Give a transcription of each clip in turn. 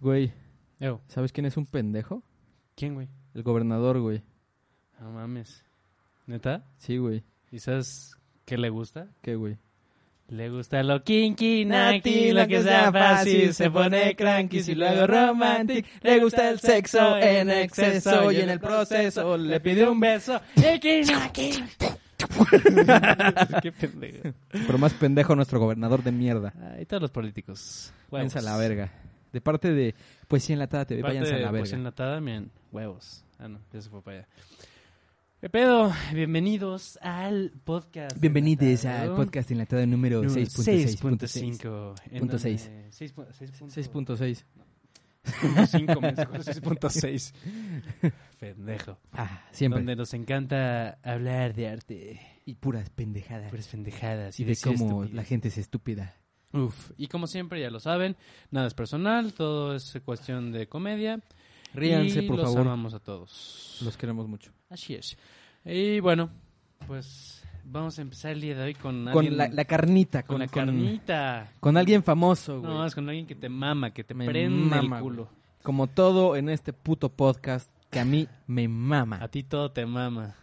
Güey, Ew. ¿sabes quién es un pendejo? ¿Quién, güey? El gobernador, güey. No mames. ¿Neta? Sí, güey. ¿Y sabes qué le gusta? ¿Qué, güey? Le gusta lo kinky, nati, lo que sea fácil, se pone cranky y luego romantic. Le gusta el sexo en exceso y en el proceso le pide un beso. Kinky, naki. Qué pendejo. Pero más pendejo nuestro gobernador de mierda. Ahí todos los políticos. Huevos. Váyanse a la verga. De parte de Poesía Enlatada TV, Parte váyanse a de Pues la verga. Poción enlatada, miren, huevos. Ah, no, ya se fue para allá. ¿Qué pedo? Bienvenidos al podcast. Bienvenidos enlatado. al podcast Enlatado número Número 6.6.6. 6.5. en Punto donde- seis. seis pu- seis punto- 6.6. 6.5, me sacó 6.6. Pendejo. Ah, siempre. Donde nos encanta hablar de arte, Y puras pendejadas. puras pendejadas y, y de decir cómo estupideces. la gente es estúpida. Uf, y como siempre ya lo saben, nada es personal, todo es cuestión de comedia. Ríanse, y por los favor. amamos a todos. Los queremos mucho. Así es. Y bueno, pues vamos a empezar el día de hoy con alguien- Con la, la carnita. con Con, la con- carnita. con alguien famoso, güey. No, es con alguien que te mama, que te Me prende mama, el culo. Como todo en este puto podcast que a mí me A mama. ti todo te mama.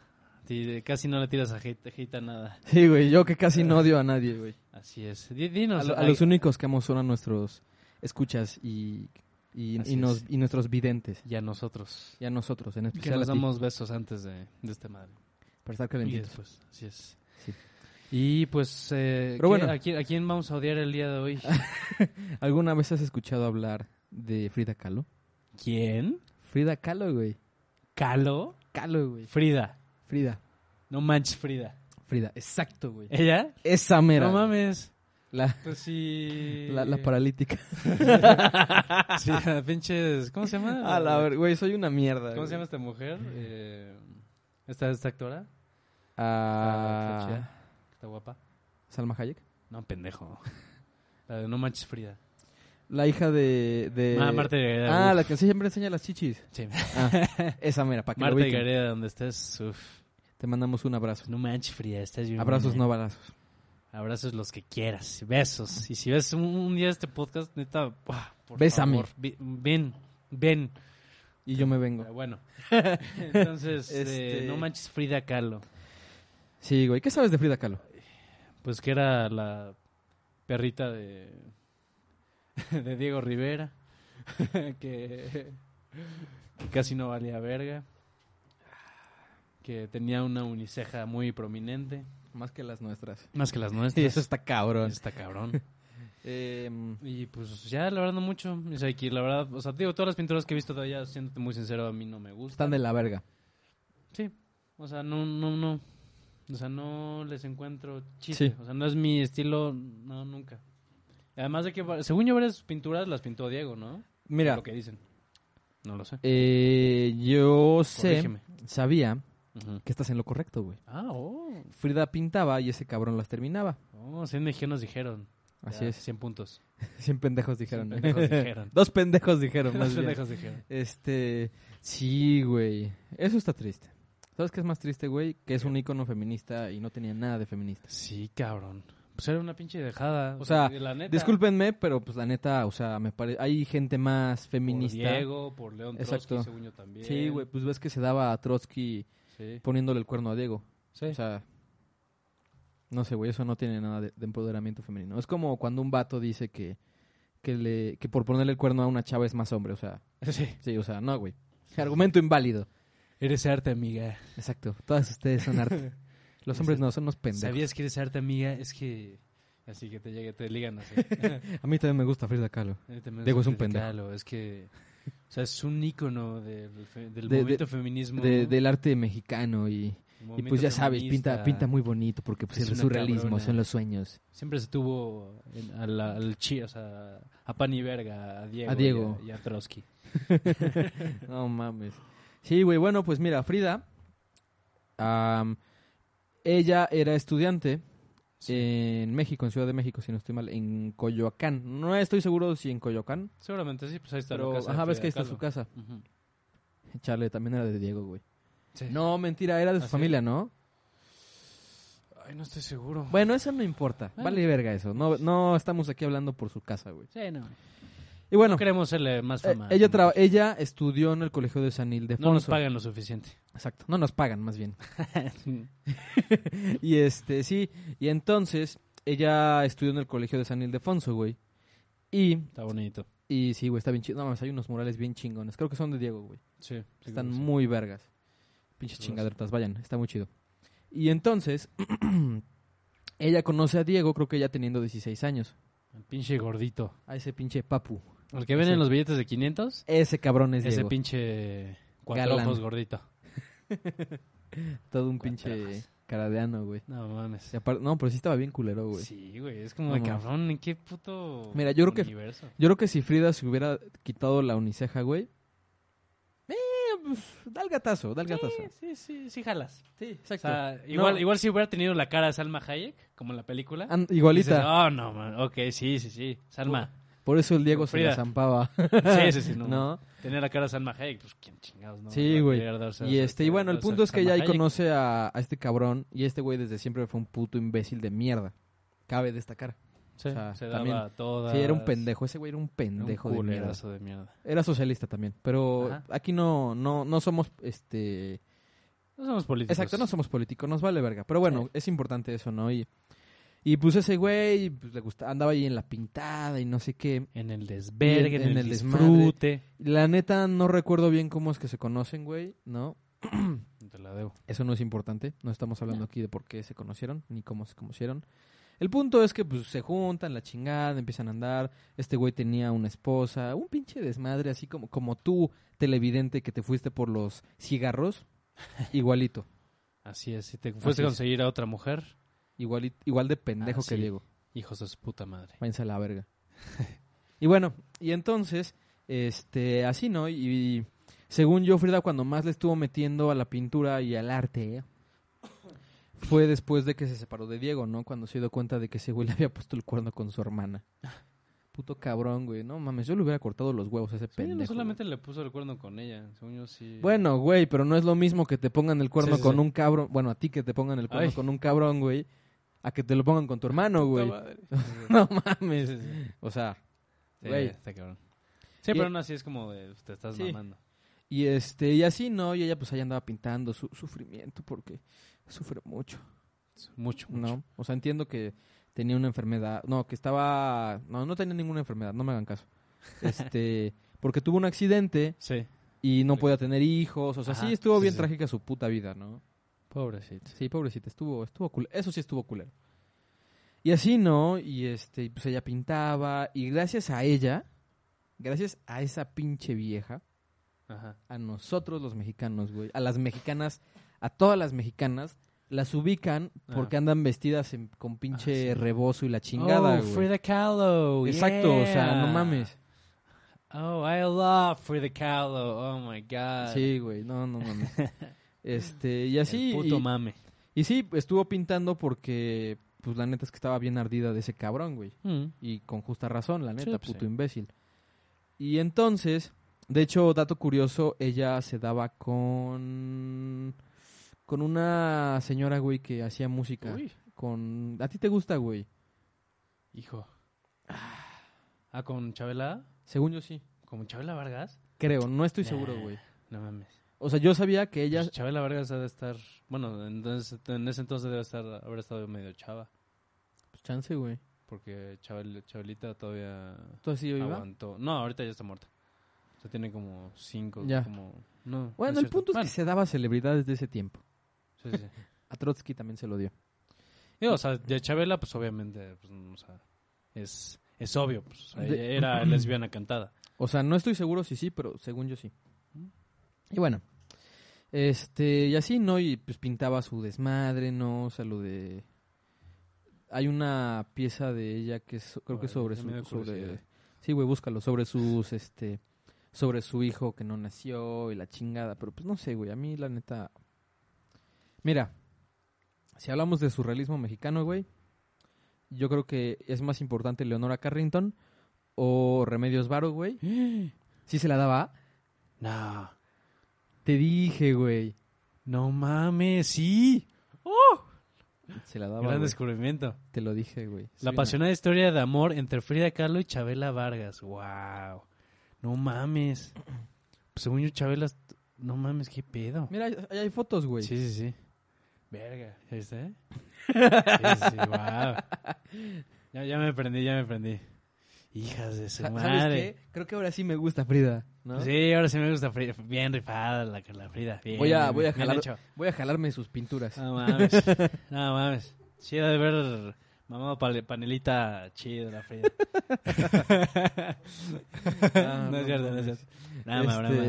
A ti de- casi no le tiras a hate, hate a nada. Sí, güey, yo que casi no odio a nadie, güey. Así es. Di- Dinos. A, lo- a ay, los únicos que amo son a nuestros escuchas y, y, Así y nos- es. y nuestros videntes. Y a nosotros. Y a nosotros, en Que especial nos a ti, damos besos antes de, de este madre. para estar Y calentitos. después. Así es. Sí. Y pues, eh, Pero ¿qué- bueno. ¿a, quién, a quién vamos a odiar el día de hoy? ¿Alguna vez has escuchado hablar de Frida Kahlo? ¿Quién? Frida Kahlo, güey. ¿Calo? Kahlo, güey. Frida. Frida. No manches, Frida. Frida. Exacto, güey. ¿Ella? Esa mera. No güey. mames. La, Pues sí. la, la paralítica. Sí, la pinches. ¿Cómo se llama? A la ver, güey, soy una mierda. ¿Cómo güey. se llama esta mujer? Eh, esta, esta actora. Ah, Ah, Está guapa. Salma Hayek. No, pendejo. La de No Manches Frida. La hija de... de... ah, Marta de Gareda. Ah, uf. la que siempre enseña las chichis. Sí. Ah, esa mera, para que lo Marta de ubiquen. Gareda, donde estés. Uf. Pues Te mandamos un abrazo. No Manches Frida, estás bien. Abrazos, buena. no balazos. Abrazos los que quieras. Besos. Y si ves un, un día este podcast, neta, buah, por Bésame. favor, vi- ven, ven. Y yo me vengo. Pero Bueno. Entonces, eh, Este- No Manches Frida Kahlo. Sí, güey. ¿Qué sabes de Frida Kahlo? Pues que era la perrita de, de Diego Rivera, que, que casi no valía verga, que tenía una uniceja muy prominente, Este Más que las nuestras. más que las Sí, nuestras. eso está cabrón. Está cabrón. Eh, Y pues ya, la verdad, no mucho. O sea, aquí, la verdad, o sea, digo, todas las pinturas que he visto de ella, siéndote muy sincero, a mí no me están gustan. de la verga. Sí, o sea, no, no, no. O sea, no les encuentro chiste. Sí. O sea, no es mi estilo, no, nunca. Además de que, según yo, varias pinturas las pintó Diego, ¿no? Mira, Lo que dicen. No lo sé. eh, yo sé, Corrígeme. sabía Ujú. que estás en lo correcto, güey. Ah, oh. Frida pintaba y ese cabrón las terminaba. Oh, 100 nos dijeron. Así Ya, es. 100 puntos. Cien pendejos dijeron. Cien pendejos dijeron. Dos pendejos dijeron. más Los bien. pendejos dijeron. Este, sí, güey. Eso está triste. ¿Sabes qué es más triste, güey? Que es un ícono feminista y no tenía nada de feminista. Sí, cabrón. Pues era una pinche dejada. O sea, de la neta. Discúlpenme, pero pues la neta, o sea, me parece... Hay gente más Por feminista. Diego, por León Trotsky, Exacto. según yo también. Sí, güey, pues ves que se daba a Trotsky Sí. poniéndole el cuerno a Diego. Sí. O sea, no sé, güey, eso no tiene nada de, de empoderamiento femenino. Es como cuando un vato dice que, que, le, que por ponerle el cuerno a una chava es más hombre, o sea, sí. sí, o sea, no, güey. Argumento inválido. Eres arte, amiga. Exacto, todas ustedes son arte. Los hombres no, son unos pendejos. ¿Sabías que eres arte amiga? Es que así que te llegue, te ligan así. A mí también me gusta Frida Kahlo. Diego Diego es un pendejo. es que o sea, es un ícono del, fe- del De- de- movimiento feminismo. De- del arte mexicano y, y pues ya sabes, pinta, pinta muy bonito porque pues Es el una surrealismo cabrona. son los sueños. Siempre se tuvo en- a la- al chi, o sea, a pan y verga, a Diego, A Diego. Y, a, y a Trotsky. No mames. Sí, güey, bueno, pues mira, Frida, am, ella era estudiante en México, en Ciudad de México, si no estoy mal, en Coyoacán. No estoy seguro si en Coyoacán, Seguramente sí, pues ahí está pero la casa. de ajá, ves Frida que ahí está su Kahlo. casa. Ujú. Chale, también era de Diego, güey. Sí. No, mentira, era de su ¿Ah, sí? familia, ¿no? Ay, no estoy seguro. Bueno, eso no importa. Bueno. Vale verga eso. No, no estamos aquí hablando por su casa, güey. Sí, no. Y bueno, No queremos serle más eh, fama. ella, traba- ella estudió en el colegio de San Ildefonso. No nos pagan lo suficiente. Exacto, no nos pagan más bien. Y este, sí, y entonces ella estudió en el colegio de San Ildefonso, güey. Y, Está bonito. y sí, güey, está bien chido. No mames, hay unos murales bien chingones. Creo que son de Diego, güey. Sí. sí, Están sí. muy vergas. Pinches Sabroso. chingadertas, vayan, está muy chido. Y entonces, ella conoce a Diego, creo que ya teniendo 16 años. El pinche gordito. A ese pinche papu. El que ven Sí. en los billetes de 500. Ese cabrón es ese Diego. pinche cuatro Galán. ojos gordito. Todo un pinche Cuatrajas. caradeano, güey. No mames. Y apar- No, pero sí estaba bien culero, güey. Sí, güey. Es como No de mames. cabrón. ¿En qué puto Mira, yo creo que- universo? Yo creo que si Frida se hubiera quitado la uniceja, güey. Eh, pues, da el gatazo, da el gatazo. Sí, sí, sí, sí jalas. Sí, O exacto. sea, No. Ah, igual, igual si hubiera tenido la cara de Salma Hayek, como en la película. An- dices, igualita. Oh, no, man. Ok, sí, sí, sí. Salma. Por eso el Diego se Frida. la zampaba. Sí, sí, sí. No. ¿No? Tenía la cara de Salma Hayek. Pues quién chingados, ¿no? Sí, Va a güey. querer darse Y a- este, y bueno, el darse punto a es que ella ahí Salma Hayek. conoce a, a este cabrón. Y este güey desde siempre fue un puto imbécil de mierda. Cabe destacar. Sí, o sea, se también- daba todas. Sí, era un pendejo. Ese güey era un Era un pendejo de mierda. culerazo de mierda. Era socialista también. Pero Ajá. aquí no, no, no somos este. No somos políticos. Exacto, no somos políticos, nos vale verga. Pero bueno, es importante eso, ¿no? Y, y pues ese güey pues, le gusta, andaba ahí en la pintada y no sé qué. En el desvergue, en, En el, el desmadre. disfrute. La neta no recuerdo bien cómo es que se conocen, güey, ¿no? Te la debo. Eso no es importante, no estamos hablando No. aquí de por qué se conocieron ni cómo se conocieron. El punto es que pues se juntan, la chingada, empiezan a andar. Este güey tenía una esposa, un pinche desmadre, así como, como tú, televidente, que te fuiste por los cigarros. Igualito, Así es, si te fuiste a es. conseguir a otra mujer, igualito, igual de pendejo Ah, que sí. Diego. hijos de su puta madre. Váyanse a la verga. y bueno, y entonces, este, así, ¿no? Y, y según yo, Frida, cuando más le estuvo metiendo a la pintura y al arte, ¿eh? fue después de que se separó de Diego, ¿no? Cuando se dio cuenta de que ese güey le había puesto el cuerno con su hermana. Puto cabrón, güey. No mames, yo le hubiera cortado los huevos a ese Sí, pendejo. no güey. solamente le puso el cuerno con ella, según yo sí. Bueno, güey, pero no es lo mismo que te pongan el cuerno sí, con sí. un cabrón. Bueno, a ti que te pongan el cuerno Ay. con un cabrón, güey. A que te lo pongan con tu hermano, Puta güey. madre. No mames. Sí, sí, sí. O sea, Sí, Güey. está cabrón. Sí, Y- pero aún así es como de, te estás Sí. mamando. Y este, y así no, y ella pues ahí andaba pintando su sufrimiento porque sufre mucho, Mucho, mucho. ¿no? O sea, entiendo que tenía una enfermedad, no, que estaba, no, no tenía ninguna enfermedad, no me hagan caso. Este, porque tuvo un accidente Sí, y no podía tener hijos, o sea, Ajá, sí estuvo sí, bien sí. trágica su puta vida, ¿no? pobrecito. Sí, pobrecita, estuvo, estuvo culero, eso sí estuvo culero. Y así no, y este, y, pues ella pintaba y gracias a ella, gracias a esa pinche vieja, Ajá. a nosotros los mexicanos, güey, a las mexicanas, a todas las mexicanas, las ubican porque andan vestidas en- con pinche Ah, sí. rebozo y la chingada, oh, güey. Frida Kahlo. Exacto, o sea, no yeah. mames. Oh, I love Frida Kahlo. Oh my god. Sí, güey, no, no mames. Este, y El así, puto y, mame. y sí, estuvo pintando porque, pues la neta es que estaba bien ardida de ese cabrón, güey. Mm. Y con justa razón, la neta, Sí, pues, puto sí. imbécil. Y entonces, de hecho, dato curioso, ella se daba con... Con una señora, güey, que hacía música. Uy, Con... ¿A ti te gusta, güey? hijo. Ah, con Chabela. Según yo sí. ¿Con Chabela Vargas? Creo, no estoy Nah. seguro, güey. No mames. O sea, yo sabía que ella... Pues Chabela Vargas debe estar. Bueno, entonces, en ese entonces debe estar. Habrá estado medio chava. Pues chance, güey. Porque Chabel- Chabelita todavía ¿Tú así iba? aguantó. No, ahorita ya está muerta. O sea, tiene como cinco. Ya. Como, no, no Bueno, es el cierto. punto es que se daba a celebridades de ese tiempo. Bueno, sí, sí. A Trotsky también se lo dio. Digo, o sea, de Chabela, pues obviamente. Pues, no, o sea, es, es obvio. Pues, o sea, De- ella era lesbiana cantada. O sea, no estoy seguro si sí, pero según yo sí. Y bueno. Este, y así, ¿no? Y pues pintaba su desmadre, ¿no? O sea, lo de... Hay una pieza de ella que es- creo que sobre Órale, ya me su... dio Sobre, curiosidad. sí, güey, búscalo. Sobre sus, este... Sobre su hijo que no nació y la chingada. Pero pues no sé, güey. A mí la neta... Mira. Si hablamos de surrealismo mexicano, güey. Yo creo que es más importante Leonora Carrington o Remedios Varo, güey. Sí se la daba. No. Te dije, güey. No mames, sí. Se la daba. Gran güey. descubrimiento. Te lo dije, güey. La Soy apasionada historia de amor entre Frida Kahlo y Chabela Vargas. ¡Wow! No mames. Pues según yo, Chabela. est- No mames, qué pedo. una- Mira, ahí ahí hay fotos, güey. Sí, sí, sí. Verga. ¿Ya viste? sí, sí, wow. Ya, ya me prendí, ya me prendí. Hijas de su Sa- madre. ¿Sabes qué? Creo que ahora sí me gusta Frida, ¿no? Sí, ahora sí me gusta Frida. Bien rifada la, la Frida. Bien, Voy a, bien, voy, a bien jalar- hecho. voy a jalarme sus pinturas. No mames. No mames. Sí, ha de ver mamado pale- panelita chido la Frida. Ah, no, no es cierto, no mames. es cierto. Nada más, broma.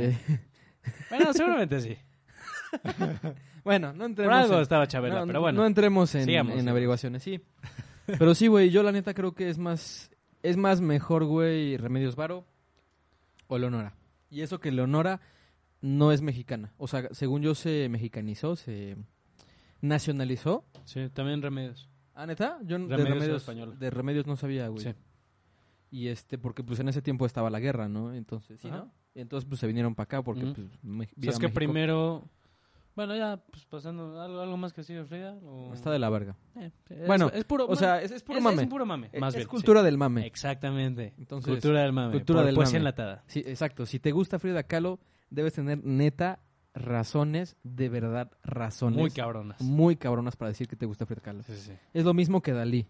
Este, Bueno, seguramente sí. Bueno, no Por entremos algo en- estaba Chabela, no, pero bueno. no entremos en, Sigamos, en sigamos. averiguaciones, sí. Pero sí, güey, yo la neta creo que es más es más mejor, güey, Remedios Varo o Leonora. Y eso que Leonora no es mexicana. O sea, según yo se mexicanizó, se nacionalizó. Sí, también remedios. Ah, neta, yo n- Remedios de era remedios española. de remedios no sabía, güey. Sí. Y este porque pues en ese tiempo estaba la guerra, ¿no? Entonces, ¿sí, Ajá. no? Y entonces pues se vinieron para acá porque Ujú. pues me- O sea, viva es que México. primero. Bueno, ya, pues pasando. ¿Algo, algo más que sigue Frida? O... está de la verga. Eh, es- Bueno, es, puro. O sea, es, es puro mame. Es puro mame. Es- más es bien, sí. cultura del mame. Exactamente. Entonces, cultura del mame. cultura por del poesía mame. enlatada. Sí, exacto. Si te gusta Frida Kahlo, debes tener neta razones, de verdad razones. Muy cabronas. muy cabronas para decir que te gusta Frida Kahlo. Sí, sí, sí. Es lo mismo que Dalí.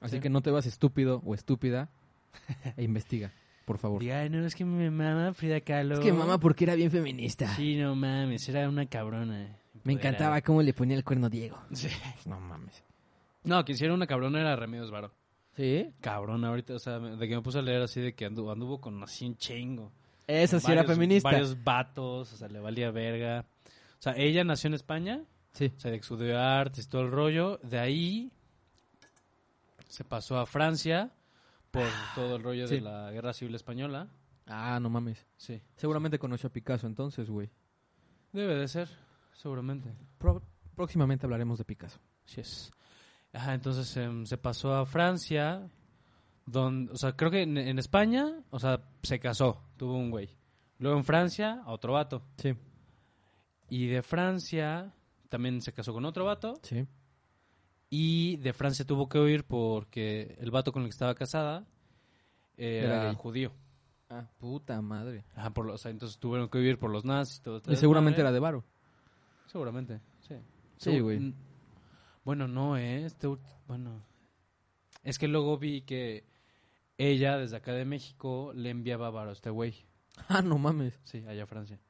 Así Sí. que no te vas estúpido o estúpida e investiga, por favor. Diga, "Ay, no, es que me mama Frida Kahlo. porque era bien feminista. Sí, no mames, era una cabrona. cómo le ponía el cuerno Diego. Pues Sí. No mames. No, que hiciera una cabrona era Remedios Varo. ¿Sí? Cabrona ahorita, o sea, de que me puse a leer así de que anduvo, anduvo con así un chingo. Esa sí era Varios- feminista. Varios vatos, o sea, le valía verga. O sea, ella nació en España, Sí. o sea, de estudió artes y todo el rollo. De ahí se pasó a Francia por todo el rollo Ah, Sí. de la Guerra Civil Española. Ah, no mames. Sí. Seguramente conoció a Picasso entonces, güey. Debe de ser, seguramente. Pro- próximamente hablaremos de Picasso. Sí es. Ajá, entonces em, se pasó a Francia, donde, o sea, creo que en, en España, o sea, se casó, tuvo un güey. Luego en Francia, a otro vato. Sí. Y de Francia también se casó con otro vato. Sí. Y de Francia tuvo que huir porque el vato con el que estaba casada era, Era gay. judío. Ah, puta madre. Ajá, por lo- o sea, entonces tuvieron que huir por los nazis. Todo, Y seguramente era de Varo. era. Seguramente, sí. Sí, Segu- güey. mm, Bueno, no, ¿eh? Este, ult- bueno. Es que luego vi que ella, desde acá de México, le enviaba varo a este güey. Ah, no mames. Sí, allá a Francia.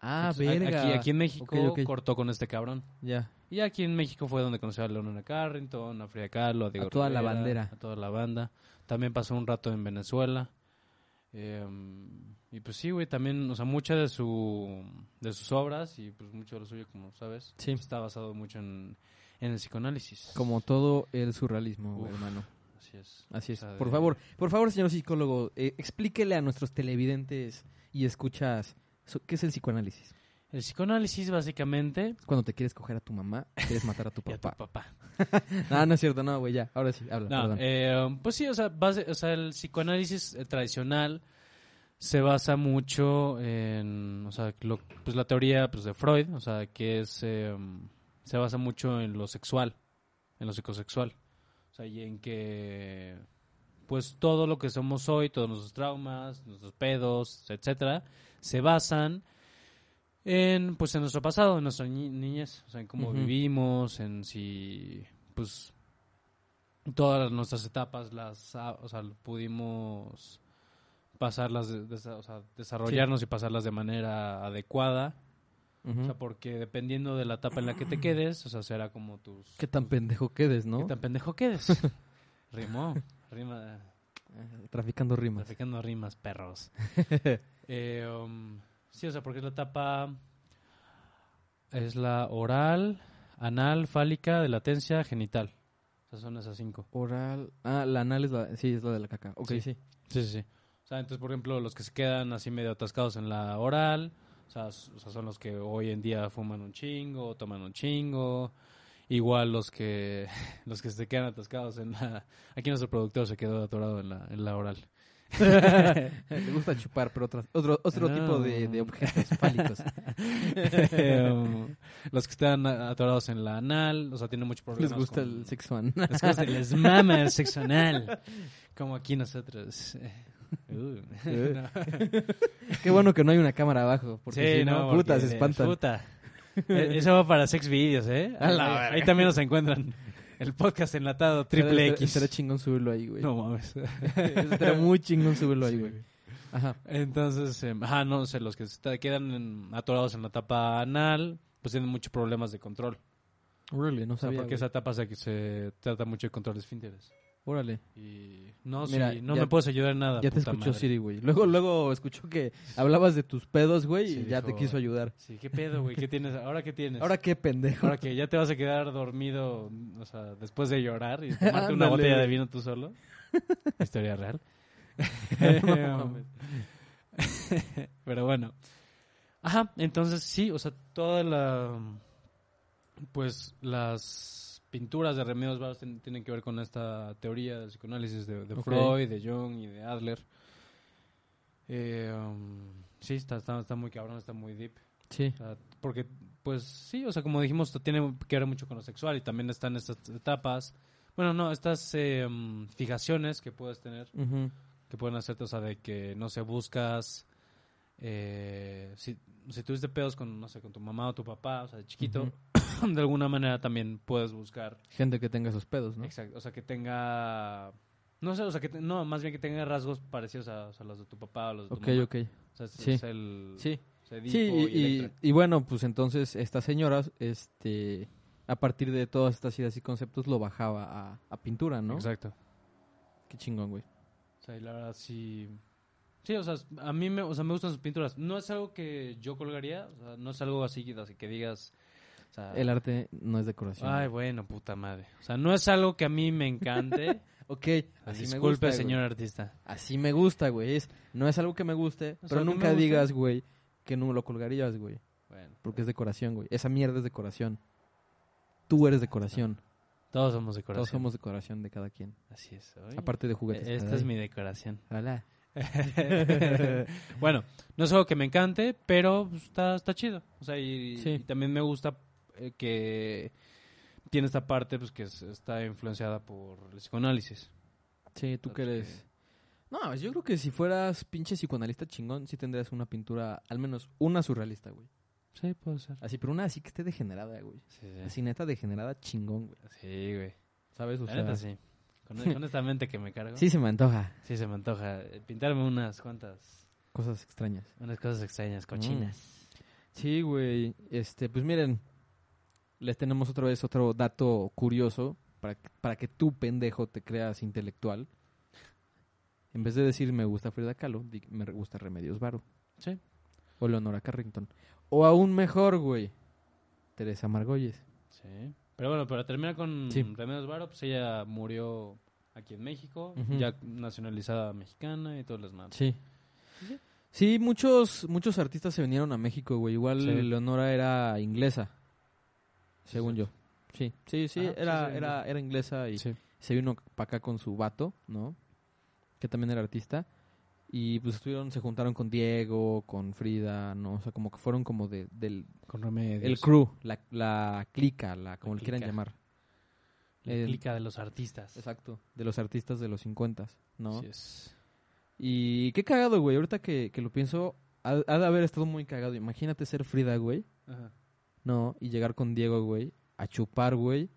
Ah, Entonces, a- verga. Aquí, aquí en México Ok, ok. cortó con este cabrón. Ya. Y aquí en México fue donde conoció a Leonora Carrington, a Frida Kahlo, a Diego A toda la Rivera, bandera. A toda la banda. También pasó un rato en Venezuela. Eh, y pues sí, güey, también, o sea, muchas de, su, de sus obras y pues mucho de lo suyo, como sabes, Sí. está basado mucho en, en el psicoanálisis. Como todo el surrealismo, Uf. hermano. Así es. Así es. O sea, Por de- favor, por favor, señor psicólogo, eh, explíquele a nuestros televidentes y escuchas so- qué es el psicoanálisis. El psicoanálisis básicamente... Es cuando te quieres coger a tu mamá, quieres matar a tu y a tu papá. Ah, papá. no, no es cierto, no, güey, ya. Ahora sí, habla, No, perdón. eh, pues sí, o sea, base- o sea, el psicoanálisis eh, tradicional se basa mucho en, o sea, lo- pues la teoría pues, de Freud, o sea, que es, eh, se basa mucho en lo sexual, en lo psicosexual, o sea, y en que, pues todo lo que somos hoy, todos nuestros traumas, nuestros pedos, etcétera, se basan en, pues en nuestro pasado, en nuestra ni- niñez, o sea, en cómo Ujú. vivimos, en si, pues todas nuestras etapas las ah, o sea, pudimos pasarlas de- de- o sea, desarrollarnos y pasarlas de manera adecuada Ujú. o sea porque dependiendo de la etapa en la que te quedes o sea será como tus Qué tan pendejo quedes, ¿no? qué tan pendejo quedes rimó rima Eh, Traficando rimas. traficando rimas perros Eh, um, sí o sea porque es la etapa es la oral anal fálica de latencia genital o sea, son esas cinco Oral. Ah, la anal es la. Sí, es la de la caca. Ok, sí. Sí. Sí, sí, sí. O sea, entonces, por ejemplo, los que se quedan así medio atascados en la oral, o sea, s- o sea, son los que hoy en día fuman un chingo, toman un chingo. Igual los que los que se quedan atascados en la... Aquí nuestro productor se quedó atorado en la, en la oral. Le gusta chupar, pero otras- otro, otro No. tipo de, de objetos fálicos. Em, los que están a- atorados en la anal, o sea, tienen muchos problemas. Les gusta con- el sexo anal. Les gusta, les mama el sexo anal. Como aquí nosotros. Uh, Eh. no. Qué bueno que no hay una cámara abajo, porque si no, porque puta, se de- espantan. puta. E- Eso va para sex videos, ¿eh? A la Ahí- verga. ahí también nos encuentran. El podcast enlatado triple Estaría- X. Estaría chingón subirlo ahí, güey. No mames. Estaría muy chingón subirlo ahí, güey. Ajá. Entonces, eh, ajá, no sé, los que se ta- quedan en- atorados en la tapa anal, pues tienen muchos problemas de control. Really, no O sea, sabía. porque güey. esa tapa se, se trata mucho de control de esfínteres. Órale. Y no, Mira, sí, no ya- me puedes ayudar en nada. Ya te puta escuchó madre. Siri, güey. Luego, luego escuchó que hablabas de tus pedos, güey, Sí, y ya te dijo, quiso ayudar. Sí, qué pedo, güey, ¿qué tienes? ¿Ahora qué tienes? Ahora qué pendejo. Ahora que ya te vas a quedar dormido, o sea, después de llorar y tomarte una Ándale, botella de güey. vino tú solo. Historia real. No mames. Pero bueno. Ajá, entonces sí, o sea, toda la. Pues las pinturas de remedios varios ten- tienen que ver con esta teoría del psicoanálisis de, de Ok. Freud, de Jung y de Adler. Eh, um, sí, está, está, está muy cabrón, está muy deep. Sí. O sea, porque, pues sí, o sea, como dijimos, esto tiene que ver mucho con lo sexual y también están estas etapas. Bueno, no, estas eh, mm, fijaciones que puedes tener, Ujú. que pueden hacerte, o sea, de que no se buscas. eh, si, si tuviste pedos con, no sé, con tu mamá o tu papá, o sea, de chiquito, de alguna manera también puedes buscar. Gente que tenga esos pedos, ¿no? Exacto, o sea, que tenga. No sé, o sea, que te- no, más bien que tenga rasgos parecidos a, o sea, los de tu papá o los de tu Ok, mamá. ok. O sea, es, Sí. es el. Sí. o sea, Sí, Edipo y, y- Electra. y bueno, pues entonces estas señoras, este, a partir de todas estas ideas y conceptos, lo bajaba a, a pintura, ¿no? Exacto. Qué chingón, güey. O sea, y la verdad sí. Sí, o sea, a mí me, o sea, me gustan sus pinturas. No es algo que yo colgaría, o sea, no es algo así que, así que digas. o sea, El arte no es decoración. Ah. Ay, bueno, puta madre. O sea, no es algo que a mí me encante. ok, así me Disculpe, gusta, güey. señor artista. Así me gusta, güey. Es, no es algo que me guste, No es pero algo que nunca me guste. digas, güey, que no lo colgarías, güey. Bueno, Porque es decoración, güey. Esa mierda es decoración. Tú eres decoración. todos somos decoración. Todos somos E-, decoración de cada quien. Así es. oye. Aparte de Eh, juguetes. Esta caray. es mi decoración. Hola. bueno, no es algo que me encante, pero pues, está, está chido. O sea, y, Sí. y también me gusta eh, que tiene esta parte pues que es- está influenciada por el psicoanálisis. Sí, tú que Entonces, eres... No, pues, yo creo que si fueras pinche psicoanalista chingón, sí tendrías una pintura, al menos una surrealista, güey. Sí, puede ser. Así, pero una así que esté degenerada, güey. Sí, sí. Así neta degenerada chingón, güey. Sí, güey. ¿Sabes? O La neta, sea, sí. Con, con esta mente que me cargo. sí se me antoja. Sí, se me antoja eh, pintarme unas cuantas, Cosas extrañas. Mm. unas cosas extrañas, cochinas. Sí, güey. Este, pues miren, les tenemos otra vez otro dato curioso para, que- para que tú, pendejo, te creas intelectual. En vez de decir me gusta Frida Kahlo, di me gusta Remedios Varo. Sí. O Leonora Carrington. O aún mejor, güey, Teresa Margolles. Sí. Pero bueno, para terminar con Sí. Remedios Varo, pues ella murió aquí en México, Ujú. ya nacionalizada mexicana y todas las más. Sí. Sí, muchos, muchos artistas se vinieron a México, güey. Igual Sí. Leonora era inglesa, según yo. Sí, sí, sí, Ajá, sí, era, sí, era, era inglesa y Sí. se vino para acá con su vato, ¿no? Que también era artista. Y pues estuvieron, se juntaron con Diego, con Frida, ¿no? O sea, como que fueron como de, del Con Remedios. el crew, la, la clica, la, como La le quieran clica. llamar. La El- clica de los artistas. Exacto. De los artistas de los 50, ¿no? Así es. Y qué cagado, güey. Ahorita que, que lo pienso, ha, ha de haber estado muy cagado. Imagínate ser Frida, güey. Ajá. No, y llegar con Diego, güey. A chupar, güey.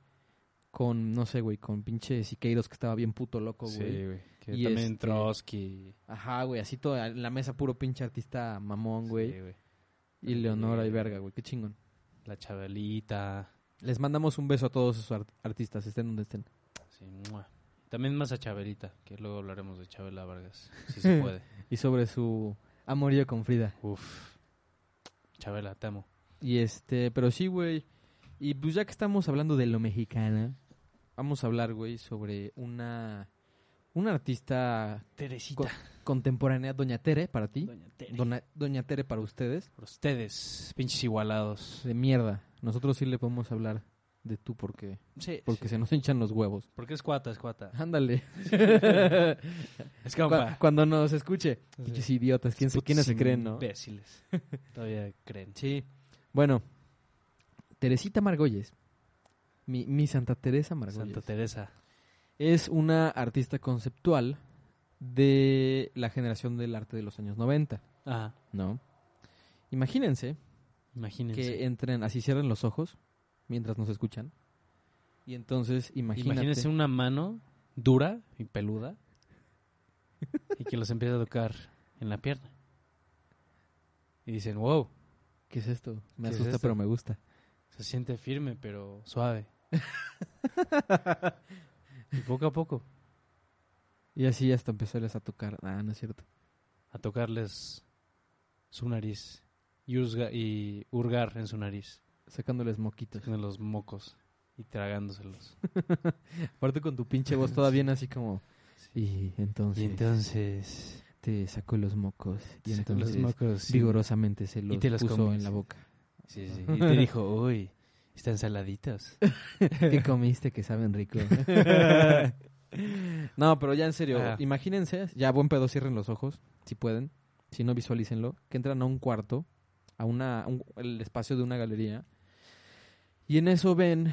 Con, no sé, güey, con pinche Siqueiros que estaba bien puto loco, Sí, güey. güey. Que Y también este- Trotsky. Ajá, güey. Así toda la mesa puro pinche artista mamón, güey. Sí, güey. y Leonora y Sí. verga, güey. Qué chingón. La Chabelita. Les mandamos un beso a todos esos art- artistas, estén donde estén. Sí, mua. También más a Chabelita, que luego hablaremos de Chabela Vargas, si se puede. Y sobre su amorío con Frida. Uf. Chabela, te amo. Y este, pero sí, güey. Y pues ya que estamos hablando de lo mexicana, vamos a hablar, güey, sobre una una artista Teresita. contemporánea, Doña Tere, para ti. Doña Dona- Doña Tere para ustedes. Por ustedes, pinches igualados. De mierda. Nosotros sí le podemos hablar de tú porque, Sí, porque sí. se nos hinchan los huevos. Porque es cuata, es cuata. Ándale. Es Cu- compa. Cuando nos escuche. Pinches idiotas, ¿quién se, Putos ¿quiénes se creen, no? Imbéciles. Todavía creen. Sí. Bueno, Teresita Margolles, mi, mi Santa Teresa Margolles, Santa Teresa. es una artista conceptual de la generación del arte de los años 90, Ajá. ¿no? Imagínense Imagínense. que entren, así cierren los ojos mientras nos escuchan. Y entonces, imagínate. Imagínense una mano dura y peluda y que los empieza a tocar en la pierna. Y dicen, wow, ¿Qué es esto? Me ¿Qué es asusta, esto? pero me gusta. se siente firme pero suave. y poco a poco, Y así hasta empezarles a tocar. Ah, no es cierto. a tocarles su nariz y, hurga- y hurgar en su nariz, Sacándoles moquitos. en los mocos y tragándoselos. Aparte con tu pinche voz todavía bien así como... Y entonces... Y entonces... te sacó los mocos y sacó los entonces mocos y- vigorosamente se los te los puso comes. en la boca. sí, sí, y te dijo, uy, están saladitos. Em, ¿Qué comiste que saben rico? no, pero ya en serio, Ajá. imagínense, ya buen pedo cierren los ojos, si pueden, si no visualícenlo, que entran a un cuarto, a una a un- el espacio de una galería y en eso ven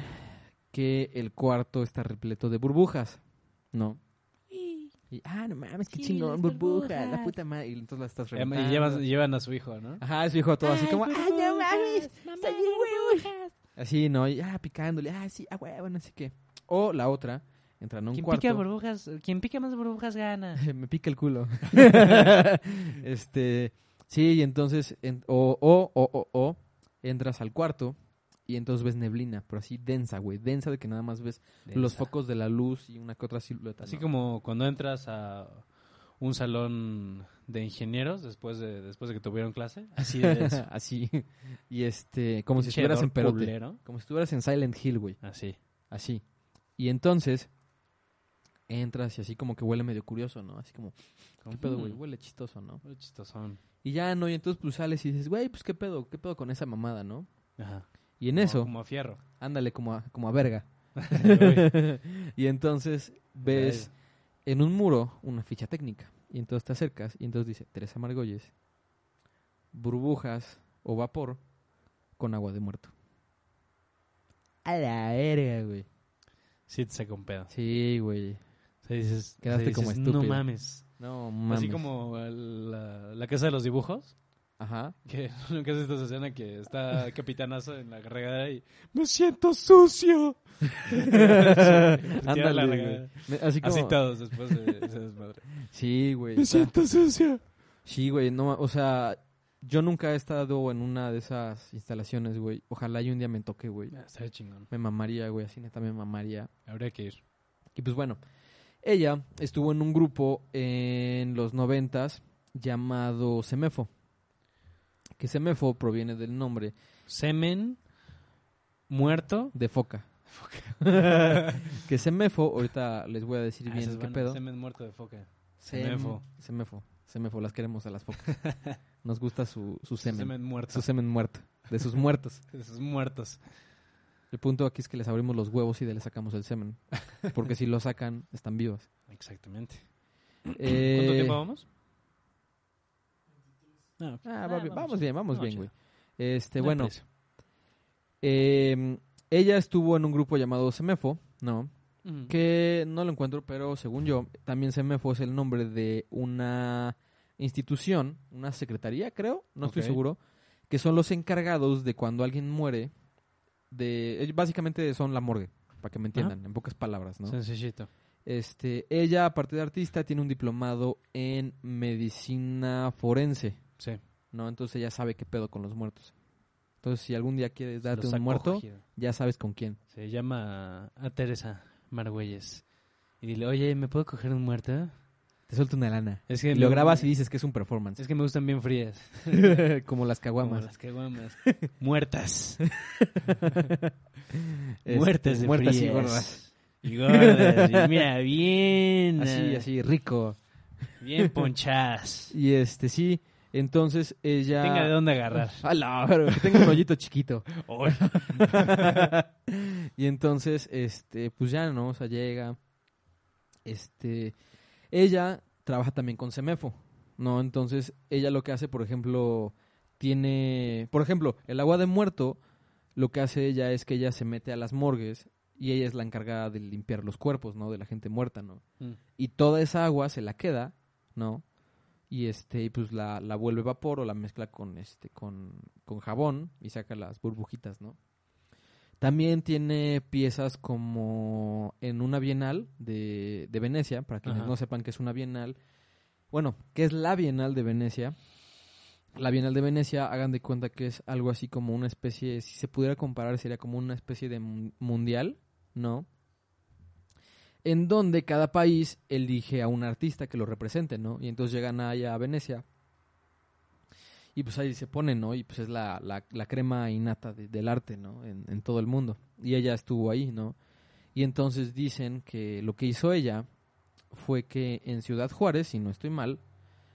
que el cuarto está repleto de burbujas, ¿no? Y, ah, no mames, qué Sí, chingón, las burbuja, la burbujas. puta madre. Y entonces la estás Eh, Y reventando. llevan, llevan a su hijo, ¿no? Ajá, su hijo todo así como, "Ah, ¡Ay, no mames! ¡Soy un huevo! Así, ¿no? Y, ah, picándole, ah, sí, ah, huevo, no sé qué. O la otra, entran a un Quien cuarto. pica burbujas, quien pica más burbujas gana. me pica el culo. este, sí, y entonces, en- o, o, o, o, o, entras al cuarto y entonces ves neblina, pero así densa, güey, densa de que nada más ves los focos de la luz y una que otra silueta. Así ¿no? como cuando entras a un salón de ingenieros después de después de que tuvieron clase, así de denso. así. Y este, como si Pinche estuvieras en hedor Perote. culero. Como si estuvieras en Silent Hill, güey. Así. Así. Y entonces entras y así como que huele medio curioso, ¿no? Así como, ¿qué pedo, güey? Mm, Huele chistoso, ¿no? muy chistosón. Y ya no, y entonces pues sales y dices, güey, pues qué pedo, qué pedo con esa mamada, ¿no? Ajá. Y en Como- eso, Como a fierro. ándale como a, como a verga. Uy, y entonces ves en un muro una ficha técnica. Y entonces te acercas y entonces dice, Teresa Margolles, burbujas o vapor con agua de muerto. A la verga, güey. Sí, te saca un pedo. Sí, güey. O sea, dices, Quedaste o sea, como dices, estúpido. No mames. No, mames. Así como la, la casa de los dibujos. Ajá. Que nunca has visto esa escena que está capitanazo en la regadera y me siento sucio. Tira la Ándale, regadera. güey. Me- Así como... Así todos después de ese desmadre. Sí, güey. o Me sea, siento sucio. Sí, güey, no, o sea, yo nunca he estado en una de esas instalaciones, güey. Ojalá y un día me toque, güey. Está chingón. Me mamaría, güey, así neta me mamaría. Habría que ir. Y pues bueno, ella estuvo en un grupo en los noventas llamado Semefo. Que Semefo proviene del nombre Semen muerto. de foca. que Semefo, ahorita les voy a decir Ah, bien esas Ah, qué van- pedo. Semen muerto de foca. Sem- Semefo. Semefo. Semefo, las queremos a las focas. Nos gusta su, su semen. Semen muerto. Su semen muerto. De sus muertos. Esos muertos. El punto aquí es que les abrimos los huevos y de les sacamos el semen. Porque si lo sacan, están vivas. Exactamente. Eh, ¿Cuánto tiempo vamos? Ah, ok. ah, va Ah, bien, vamos. vamos bien, vamos No, bien, chido. güey. Este, No hay bueno, prisa. eh, ella estuvo en un grupo llamado Semefo, ¿no? Ujú. Que no lo encuentro, pero según yo, también Semefo es el nombre de una institución, una secretaría, creo, no estoy Ok. seguro, que son los encargados de cuando alguien muere, de eh, básicamente son la morgue, para que me entiendan, en pocas palabras, ¿no? Sencillito. Este, ella, aparte de artista, tiene un diplomado en medicina forense, Sí. ¿no? Entonces ella sabe qué pedo con los muertos. Entonces, si algún día quieres darte Lo Ah, un saco muerto, cogido. ya sabes con quién. Se llama a Teresa Margüelles. Y dile, oye, ¿me puedo coger un muerto? Te suelta una lana. Es Y que lo me- grabas y dices que es un performance. Es que me gustan bien frías. Como las Como caguamas. las caguamas. Muertas. Este, muertas de Muertas y frías. gordas. Y gordas. y mira, bien. Así, ah, así, rico. Bien ponchadas. Y este, sí. Entonces ella... Tenga de dónde agarrar. A la verga, que tenga un hoyito chiquito. Oy. Y entonces, este, pues ya, ¿no? O sea, llega. Este. Ella trabaja también con Semefo, ¿no? Entonces, ella lo que hace, por ejemplo, tiene. Por ejemplo, el agua de muerto, lo que hace ella es que ella se mete a las morgues y ella es la encargada de limpiar los cuerpos, ¿no? De la gente muerta, ¿no? Mm. Y toda esa agua se la queda, ¿no? Y este, y pues la, la vuelve vapor o la mezcla con este, con, con jabón y saca las burbujitas, ¿no? También tiene piezas como en una bienal de, de Venecia, para quienes Ajá. no sepan que es una bienal. Bueno, que es la bienal de Venecia. La bienal de Venecia, hagan de cuenta que es algo así como una especie, si se pudiera comparar, sería como una especie de mun- mundial, ¿no? En donde cada país elige a un artista que lo represente, ¿no? Y entonces llegan allá a Venecia. Y pues ahí se ponen, ¿no? Y pues es la, la, la crema innata de- del arte, ¿no? En, en todo el mundo. Y ella estuvo ahí, ¿no? Y entonces dicen que lo que hizo ella fue que en Ciudad Juárez, si no estoy mal,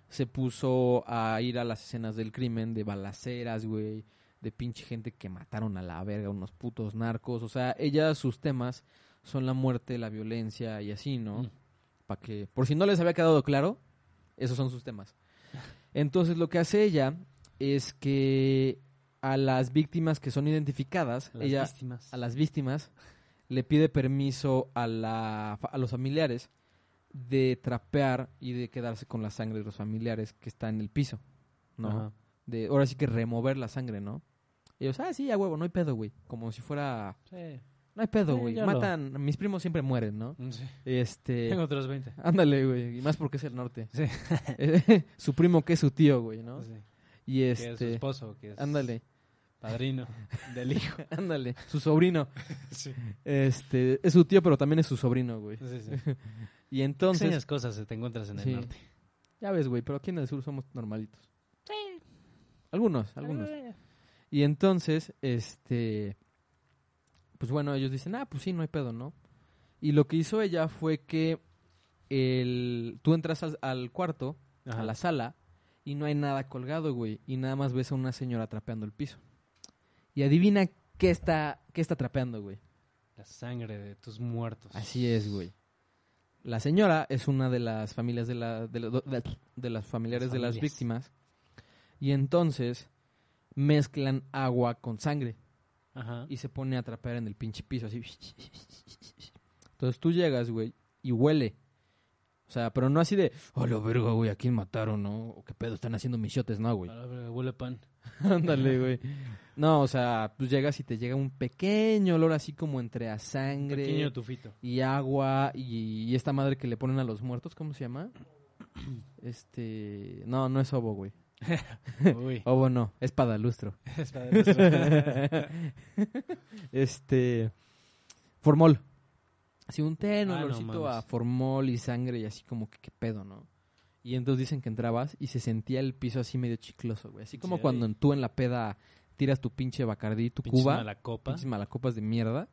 se puso a ir a las escenas del crimen de balaceras, güey, de pinche gente que mataron a la verga, unos putos narcos. O sea, ella sus temas son la muerte, la violencia y así, ¿no? Mm. Para que, por si no les había quedado claro, esos son sus temas. Entonces lo que hace ella es que a las víctimas que son identificadas, Las ella víctimas. a las víctimas, le pide permiso a, la, fa- a los familiares de trapear y de quedarse con la sangre de los familiares que está en el piso, ¿no? Ajá. De, ahora sí que remover la sangre, ¿no? Ellos, ah, sí, a huevo, no hay pedo, güey. Como si fuera, Sí. no hay pedo, Sí, güey. ya lo- Matan, mis primos siempre mueren, ¿no? Sí. Este, Tengo otros 20. ándale, güey. Y más porque es el norte. Sí. su primo que es su tío, güey, ¿no? Sí. Y Que es su este, esposo, que es ándale, padrino del hijo. ándale, su sobrino. Sí. Este, es su tío, pero también es su sobrino, güey. Sí, sí. Y entonces, Extrañas cosas que te encuentras en el Sí. norte. ya ves, güey, pero aquí en el sur somos normalitos. Sí. Algunos, algunos. Y entonces, este, pues bueno, ellos dicen, ah, pues sí, no hay pedo, ¿no? Y lo que hizo ella fue que el, tú entras al, al cuarto, Ajá. a la sala, y no hay nada colgado, güey, y nada más ves a una señora trapeando el piso. Y adivina qué está, qué está trapeando, güey. La sangre de tus muertos. Así es, güey. La señora es una de las familias de, la, de, lo- de- de las familiares Las de las familias. víctimas. Y entonces mezclan agua con sangre Ajá. y se pone a trapear en el pinche piso así. Entonces tú llegas, güey, y huele. O sea, pero no así de, oh, lo verga, güey, ¿a quién mataron, no? ¿O qué pedo están haciendo michotes, no, güey? A la verga, Huele a pan. Ándale, güey. No, o sea, tú llegas y te llega un pequeño olor así como entre a sangre Pequeño tufito. y agua y, y esta madre que le ponen a los muertos, ¿cómo se llama? Este, no, no es obo, güey. Uy. Obo no, es padalustro. Es padre nuestro. este, formol. Así un ten, Ah, no olorcito mames. a formol y sangre y así como que qué pedo, ¿no? Y entonces dicen que entrabas y se sentía el piso así medio chicloso, güey. Así como Sí. cuando en- tú en la peda tiras tu pinche bacardí, tu Pinches cuba. mala copa. pinches malacopas de mierda.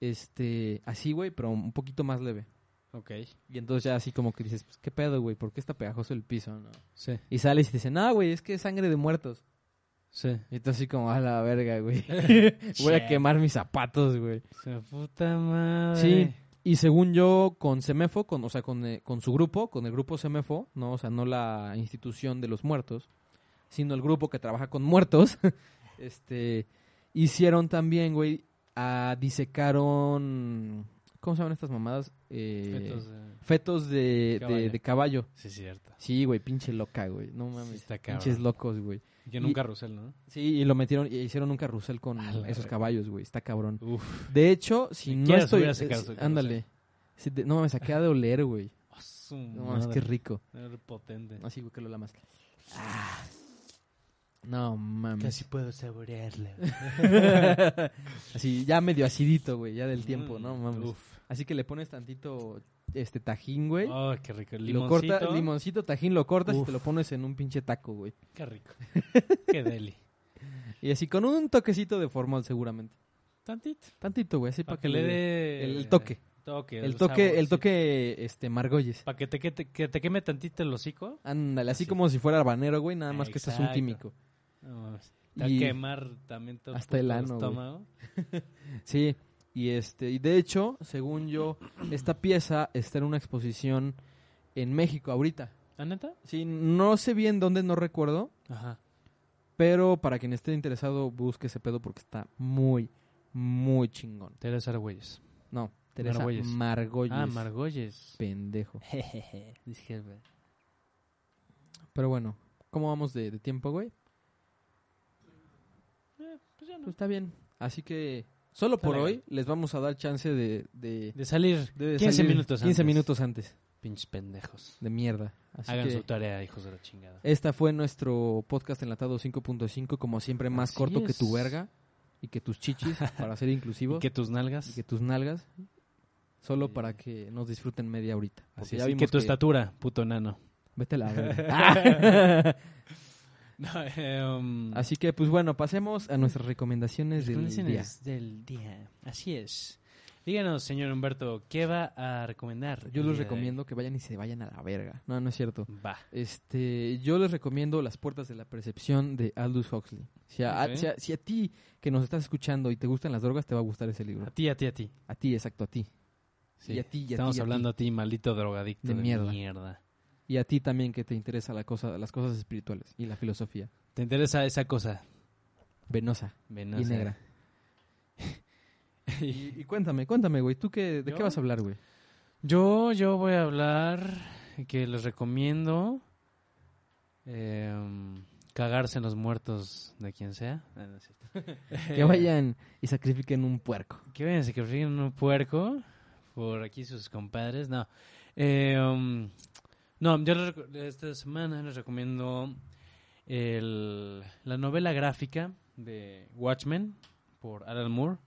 Este, así, güey, pero un poquito más leve. Ok. Y entonces ya así como que dices, pues, ¿qué pedo, güey? ¿Por qué está pegajoso el piso, no? Sí. Y sales y te dicen, ah, güey, es que es sangre de muertos. Sí. Y tú así como, a la verga, güey. Voy a quemar mis zapatos, güey. Se puta madre. Sí. Y según yo, con Semefo, con, o sea, con, eh, con su grupo, con el grupo Semefo, no, o sea, no la institución de los muertos, sino el grupo que trabaja con muertos, este, hicieron también, güey, a disecaron, ¿cómo se llaman estas mamadas? Eh, Fetos, fetos, de- de- eh, Caballo. de caballo. Sí, es cierto. Sí, güey, pinche loca, güey. No Sí, mames. está cabrón. Pinches locos, güey. Y en un Y- carrusel, ¿no? Sí, y lo metieron y hicieron un carrusel con A la esos verga. caballos, güey. Está cabrón. Uf. De hecho, si Ni no quieras estoy. subir a ese eh, carrusel, sí, ándale. Si te- no mames, acaba de oler, güey. Oh, su No mames, madre. qué rico. Era potente. Así, güey, que lo lamas. Ah. No mames. Casi puedo saborearla. Así, ya medio acidito, güey, ya del tiempo, Mm, no mames. Uf. Así que le pones tantito este tajín, güey. Oh, qué rico. El Lo limoncito. corta, limoncito, tajín, lo cortas y Uf. te lo pones en un pinche taco, güey. Qué rico. qué deli. Y así con un toquecito de formol seguramente. Tantito. Tantito, güey, así Para para que le dé... el, el toque. toque, El toque, el toque, este, margolles. Para que te, que, te, que te queme tantito el hocico. Ándale, así Así. como si fuera habanero, güey, nada más que este es un Exacto. químico. No mames. Te va a Y, quemar también todo Hasta el puto ano, güey. estómago. sí, Y este, y de hecho, según yo, esta pieza está en una exposición en México ahorita. ¿La ¿Ah, neta? Sí, no sé bien dónde, no recuerdo, Ajá. pero para quien esté interesado, busque ese pedo porque está muy, muy chingón. Teresa Argüelles. No, Teresa Margolles. Margolles. Ah, Margolles. pendejo. Dije, güey. Pero bueno, ¿cómo vamos de, de tiempo, güey? Eh, pues ya no. Pues está bien. Así que solo por Está hoy legal. les vamos a dar chance de... de- De salir de 15 salir minutos 15 antes. minutos antes. Pinches pendejos. De mierda. Así Hagan que su tarea, hijos de la chingada. esta fue nuestro podcast enlatado 5.5, como siempre más Así corto que tu es. verga y que tus chichis, para ser inclusivo, Y que tus nalgas. y que tus nalgas, solo Sí. para que nos disfruten media horita. porque así es, ya y vimos que tu estatura, puto nano. Vete a la verga. Ah. No, eh, um, Así que, pues bueno, pasemos a nuestras recomendaciones del día. recomendaciones del día. Así es. Díganos, señor Humberto, ¿qué va a Yo recomendar? les el día de hoy? recomiendo que vayan y se vayan a la verga. No, no es cierto. Va. Este, yo les recomiendo Las puertas de la percepción de Aldous Huxley. Si a, Ok. si a- si a ti que nos estás escuchando y te gustan las drogas, te va a gustar ese libro. A ti, a ti, a ti. A ti, exacto, a ti. Y a ti, y a ti, Estamos y a hablando a ti, maldito drogadicto De de, mierda. mierda. Y a ti también que te interesa la cosa, las cosas espirituales y la filosofía. ¿Te interesa esa cosa? Venosa y Venosa. negra. y, y cuéntame, cuéntame, güey. ¿Tú qué, de qué ¿Yo? vas a hablar, güey? Yo, yo voy a hablar que les recomiendo em, cagarse en los muertos de quien sea. Ah, no es cierto. Que vayan y sacrifiquen un puerco. Que vayan a sacrificar un puerco por aquí sus compadres. No. Eh, um, no, yo les reco- esta semana les recomiendo el- la novela gráfica de Watchmen por Alan Moore.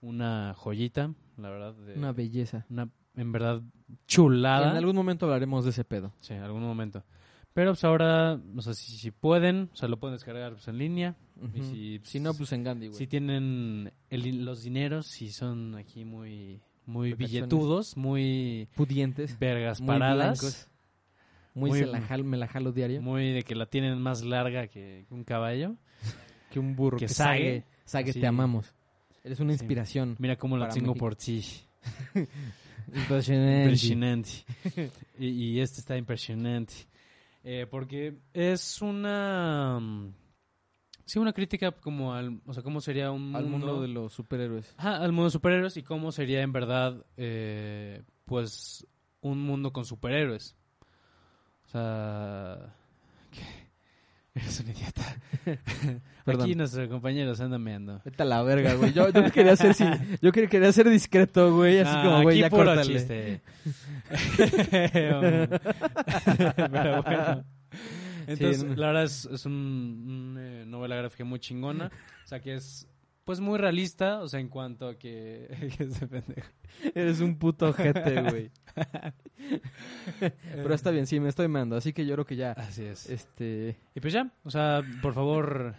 Una joyita, la verdad. de- Una belleza. una, en verdad, chulada. En algún momento hablaremos de ese pedo. Sí, en algún momento. Pero pues ahora, o sea, si, si pueden, o sea, lo pueden descargar pues, en línea. Ujú. si- si no, pues en Gandhi, güey. Si tienen el- los dineros, si son aquí muy, muy Ricachones. billetudos, muy Pudientes. vergas muy paradas, blancos, Muy, Muy- se la jal- me la jalo diario. muy de que la tienen más larga que un caballo. que un burro. que sague. Sague, Así. te amamos. Eres una Sí. inspiración. Mira cómo la Para tengo México. por ti. Impresionante. Impresionante. y, y este está impresionante. Eh, porque es una... mm, Sí, una crítica como al... O sea, cómo sería un Al mundo de los superhéroes. Ajá, al mundo de superhéroes y cómo sería en verdad, eh, pues, un mundo con superhéroes. O sea... ¿qué? Eres un idiota. Perdón. Aquí nuestro compañero se anda meando. Vete a la verga, güey. Yo, yo quería ser sin- yo que- quería ser discreto, güey, así Ah, como güey, aquí ya puro córtale. chiste. Pero bueno. Entonces, no. la verdad es, es un- una eh, novela gráfica muy chingona. O sea, que es, pues, muy realista. O sea, en cuanto a que... que este pendejo. Eres un puto ojete, güey. Pero Eh, está bien, sí, me estoy mando, así que yo creo que ya Así es. este Y pues ya, o sea, por favor,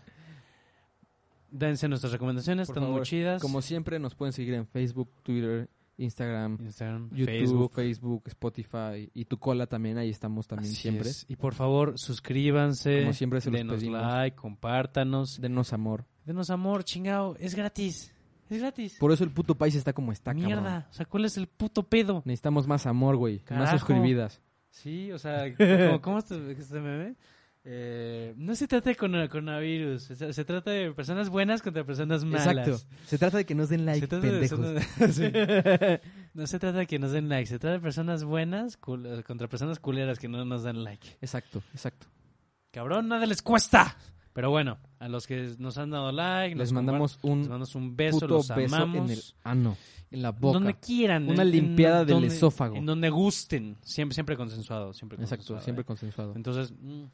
dense nuestras recomendaciones, Por están favor, muy chidas. como siempre nos pueden seguir en Facebook, Twitter, Instagram, Instagram, YouTube, Facebook, Facebook, Spotify y tu cola también, ahí estamos también así siempre. es. Y por favor, suscríbanse. Como siempre se los denos pedimos. like, compártanos. Denos amor. Denos amor, chingao, es gratis. Es gratis. Por eso el puto país está como está, cabrón. Mierda, o sea, ¿cuál es el puto pedo? Necesitamos más amor, güey. Más Carajo. suscribidas. Sí, o sea, ¿cómo, cómo este, este meme? Eh, no se trata de cono- coronavirus, se, se trata de personas buenas contra personas malas. Exacto. Se trata de que nos den like, Se trata de pendejos. personas- sí. No se trata de que nos den like, se trata de personas buenas cul- eh, contra personas culeras que no nos dan like. Exacto, exacto. Cabrón, nada les cuesta. Pero bueno, a los que nos han dado like, Les nos mandamos compart- un les mandamos un beso, puto los beso amamos. en el ano, en la boca. Donde quieran. Una en- en limpiada del donde- esófago. En donde gusten. Siempre, siempre consensuado. Siempre Exacto, consensuado, siempre ¿eh? consensuado. Entonces, mm,